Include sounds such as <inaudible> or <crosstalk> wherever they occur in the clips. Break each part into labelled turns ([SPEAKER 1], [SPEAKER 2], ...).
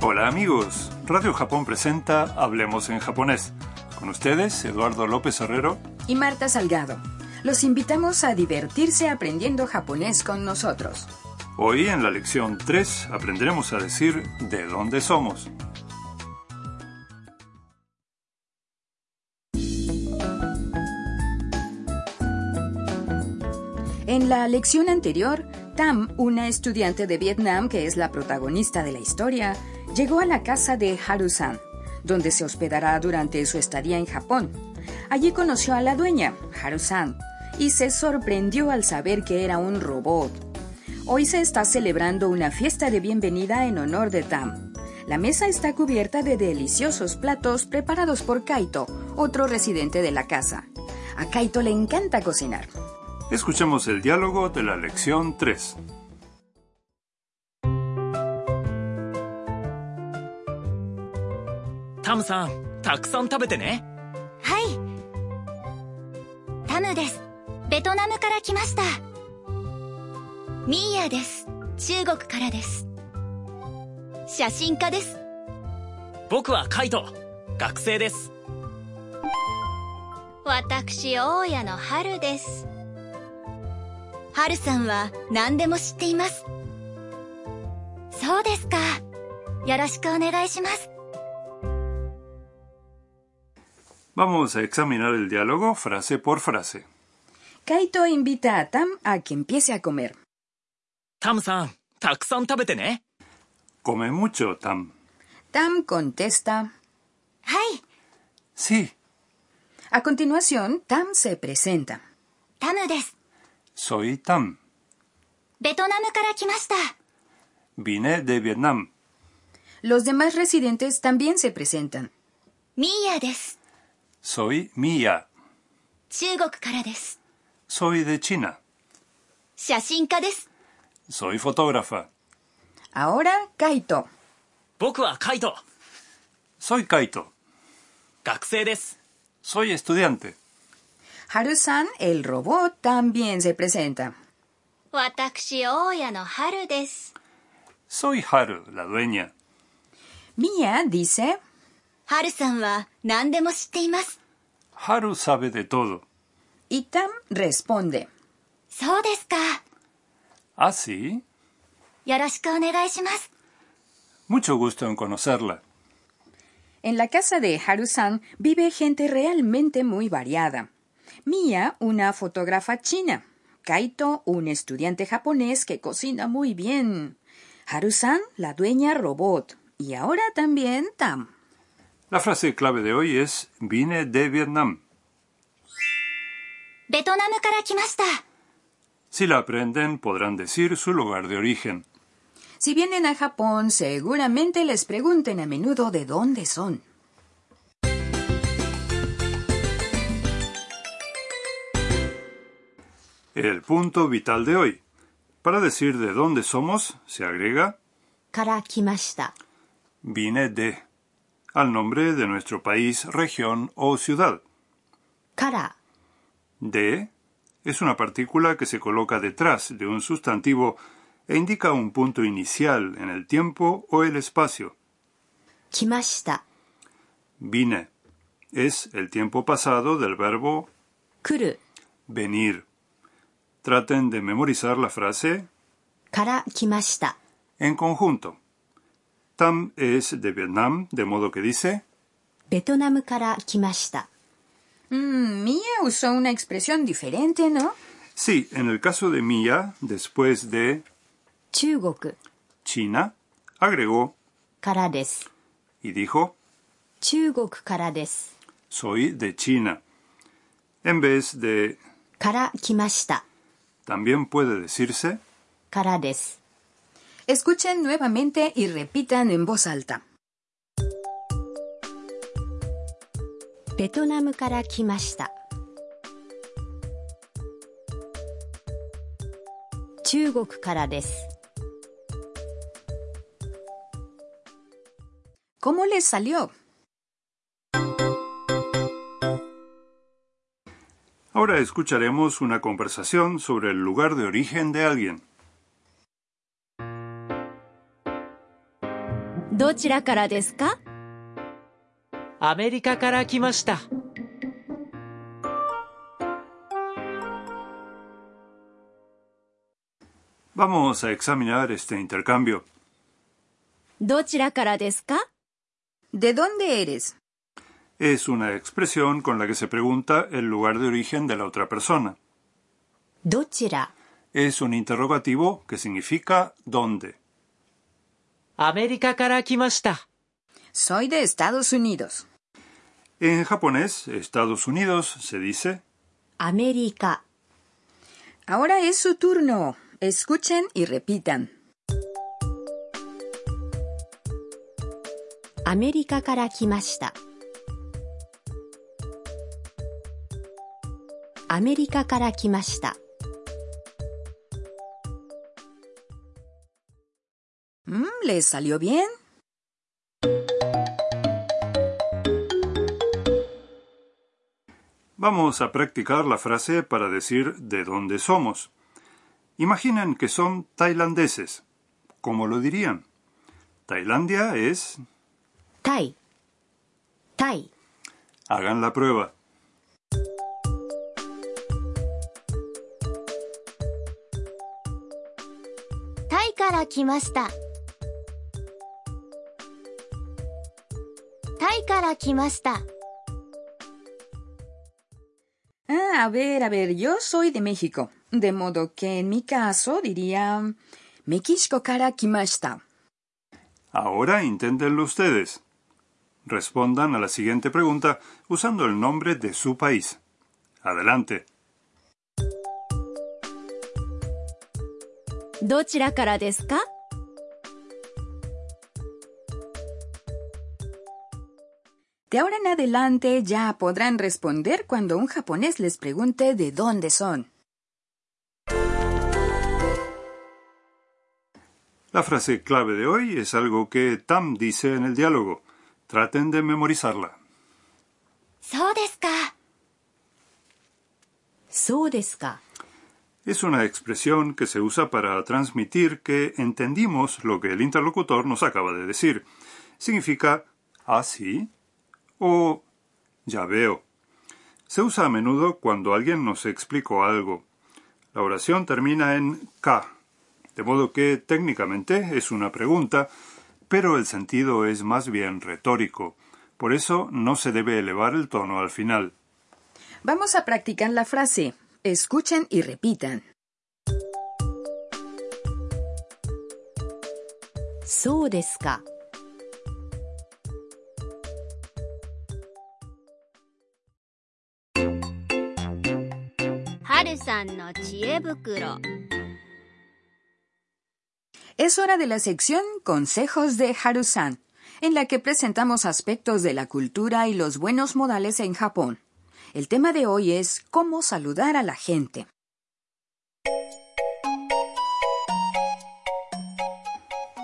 [SPEAKER 1] Hola amigos, Radio Japón presenta Hablemos en japonés. Con ustedes, Eduardo López Herrero.
[SPEAKER 2] y Marta Salgado. Los invitamos a divertirse aprendiendo japonés con nosotros.
[SPEAKER 1] Hoy en la lección 3 aprenderemos a decir de dónde somos.
[SPEAKER 2] En la lección anterior, Tam, una estudiante de Vietnam que es la protagonista de la historia, llegó a la casa de Haru-san, donde se hospedará durante su estadía en Japón. Allí conoció a la dueña, Haru-san, y se sorprendió al saber que era un robot. Hoy se está celebrando una fiesta de bienvenida en honor de Tam. La mesa está cubierta de deliciosos platos preparados por Kaito, otro residente de la casa. A Kaito le encanta cocinar.
[SPEAKER 1] Escuchemos el diálogo de la lección 3.
[SPEAKER 3] タムさんたくさん食べてね
[SPEAKER 4] はいタムですベトナムから来ましたミーヤです中国からです写真家です
[SPEAKER 3] 僕はカイト学生です
[SPEAKER 4] 私大家の春です春さんは何でも知っていますそうですかよろしくお願いします
[SPEAKER 1] Vamos a examinar el diálogo frase por frase.
[SPEAKER 2] Kaito invita a Tam a que empiece a comer.
[SPEAKER 3] タムさんたくさん食べてね
[SPEAKER 1] Come mucho, Tam.
[SPEAKER 2] Tam contesta.
[SPEAKER 4] はい
[SPEAKER 1] Sí,
[SPEAKER 2] A continuación, Tam se presenta.
[SPEAKER 4] タムです
[SPEAKER 1] soy Tam.
[SPEAKER 4] ベトナムから来ました
[SPEAKER 1] Vine de Vietnam.
[SPEAKER 2] Los demás residentes también se presentan.
[SPEAKER 4] ミーヤです
[SPEAKER 1] Soy Mia.
[SPEAKER 4] 中国からです
[SPEAKER 1] Soy de China.
[SPEAKER 4] 写真家です
[SPEAKER 1] Soy fotógrafa.
[SPEAKER 2] Ahora, Kaito.
[SPEAKER 3] 僕はカイト
[SPEAKER 1] Soy Kaito.
[SPEAKER 3] 学生です
[SPEAKER 1] Soy estudiante.
[SPEAKER 2] Haru-san, el robot, también se presenta.
[SPEAKER 4] 私大家の春です
[SPEAKER 1] Soy Haru, la dueña.
[SPEAKER 2] Mia dice.
[SPEAKER 4] 春さんは何でも知っています
[SPEAKER 1] Haru sabe de todo.
[SPEAKER 2] Y Tam responde.
[SPEAKER 4] そうですか
[SPEAKER 1] Ah, Así,
[SPEAKER 4] よろしくお願いします
[SPEAKER 1] mucho gusto en conocerla.
[SPEAKER 2] En la casa de Haru-san vive gente realmente muy variada. Mia, una fotógrafa china. Kaito, un estudiante japonés que cocina muy bien. Haru-san, la dueña robot. Y ahora también Tam.
[SPEAKER 1] La frase clave de hoy es vine de Vietnam.
[SPEAKER 4] ベトナムから来ました
[SPEAKER 1] Si la aprenden, podrán decir su lugar de origen.
[SPEAKER 2] Si vienen a Japón, seguramente les pregunten a menudo de dónde son.
[SPEAKER 1] El punto vital de hoy. Para decir de dónde somos, se agrega
[SPEAKER 4] から来ました
[SPEAKER 1] vine de al nombre de nuestro país, región o ciudad.
[SPEAKER 4] から
[SPEAKER 1] De es una partícula que se coloca detrás de un sustantivo e indica un punto inicial en el tiempo o el espacio.
[SPEAKER 4] 来ました
[SPEAKER 1] Vine es el tiempo pasado del verbo
[SPEAKER 4] 来る
[SPEAKER 1] venir. Traten de memorizar la frase
[SPEAKER 4] から来ました
[SPEAKER 1] en conjunto. Tam es de Vietnam, de modo que dice
[SPEAKER 4] ベトナムから来ました
[SPEAKER 2] Mm, Mia usó una expresión diferente, ¿no?
[SPEAKER 1] sí, en el caso de Mia, después de
[SPEAKER 4] 中国
[SPEAKER 1] China, agregó
[SPEAKER 4] からです
[SPEAKER 1] y dijo
[SPEAKER 4] 中国からです
[SPEAKER 1] soy de China. En vez de
[SPEAKER 4] から来ました
[SPEAKER 1] también puede decirse
[SPEAKER 4] からです
[SPEAKER 2] Escuchen nuevamente y repitan en voz alta.
[SPEAKER 4] ベトナムから来ました中国からです
[SPEAKER 2] ¿Cómo les salió?
[SPEAKER 1] Ahora escucharemos una conversación sobre el lugar de origen de alguien.
[SPEAKER 5] どちらからですか
[SPEAKER 6] アメリカから来ました。
[SPEAKER 1] Vamos a examinar este intercambio.
[SPEAKER 5] どちらからですか
[SPEAKER 2] ¿De dónde eres?
[SPEAKER 1] Es una expresión con la que se pregunta el lugar de origen de la otra persona.
[SPEAKER 5] どちら
[SPEAKER 1] Es un interrogativo que significa dónde.
[SPEAKER 6] アメリカから来ました。
[SPEAKER 2] Soy de Estados Unidos.
[SPEAKER 1] En japonés, Estados Unidos se dice
[SPEAKER 5] アメリカ
[SPEAKER 2] Ahora es su turno. Escuchen y repitan.
[SPEAKER 5] アメリカから来ましたアメリカから来ました。
[SPEAKER 2] Mm, ¿Les salió bien?
[SPEAKER 1] Vamos a practicar la frase para decir de dónde somos. Imaginen que son tailandeses. ¿Cómo lo dirían? Tailandia es...
[SPEAKER 5] タイタイ
[SPEAKER 1] Hagan la prueba.
[SPEAKER 4] タイから来ましたタイから来ました
[SPEAKER 2] Ah, a ver, a ver, yo soy de México. De modo que en mi caso diría Mekishko kara kimashita.
[SPEAKER 1] Ahora inténtenlo ustedes. Respondan a la siguiente pregunta usando el nombre de su país. Adelante.
[SPEAKER 5] どちらからですか
[SPEAKER 2] De ahora en adelante ya podrán responder cuando un japonés les pregunte de dónde son.
[SPEAKER 1] La frase clave de hoy es algo que Tam dice en el diálogo. Traten de memorizarla.
[SPEAKER 4] そうですか
[SPEAKER 5] そうですか
[SPEAKER 1] Es una expresión que se usa para transmitir que entendimos lo que el interlocutor nos acaba de decir. Significa así o ya veo. Se usa a menudo cuando alguien nos explicó algo. La oración termina en K, de modo que técnicamente es una pregunta, pero el sentido es más bien retórico. Por eso no se debe elevar el tono al final.
[SPEAKER 2] Vamos a practicar la frase. Escuchen y repitan.
[SPEAKER 5] そうですか
[SPEAKER 4] 春さんの知恵袋
[SPEAKER 2] Es hora de la sección Consejos de Harusan, en la que presentamos aspectos de la cultura y los buenos modales en Japón. El tema de hoy es cómo saludar a la gente.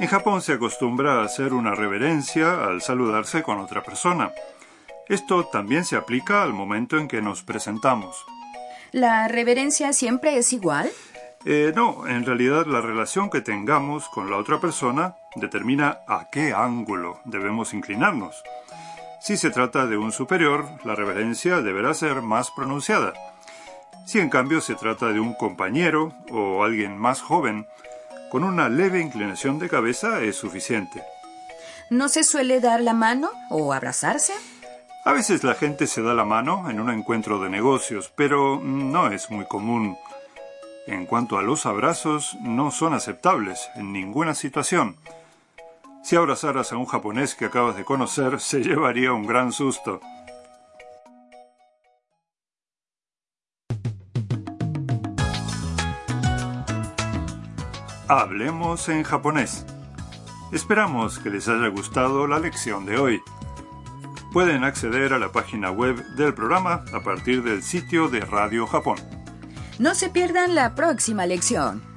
[SPEAKER 1] En Japón se acostumbra a hacer una reverencia al saludarse con otra persona. Esto también se aplica al momento en que nos presentamos.
[SPEAKER 2] ¿La reverencia siempre es igual?
[SPEAKER 1] Eh, no, en realidad la relación que tengamos con la otra persona determina a qué ángulo debemos inclinarnos. Si se trata de un superior, la reverencia deberá ser más pronunciada. Si en cambio se trata de un compañero o alguien más joven, con una leve inclinación de cabeza es suficiente.
[SPEAKER 2] ¿No se suele dar la mano o abrazarse?
[SPEAKER 1] A veces la gente se da la mano en un encuentro de negocios, pero no es muy común. En cuanto a los abrazos, no son aceptables en ninguna situación. Si abrazaras a un japonés que acabas de conocer, se <laughs> llevaría un gran susto. Hablemos en japonés. Esperamos que les haya gustado la lección de hoy. Pueden acceder a la página web del programa a partir del sitio de Radio Japón.
[SPEAKER 2] No se pierdan la próxima lección.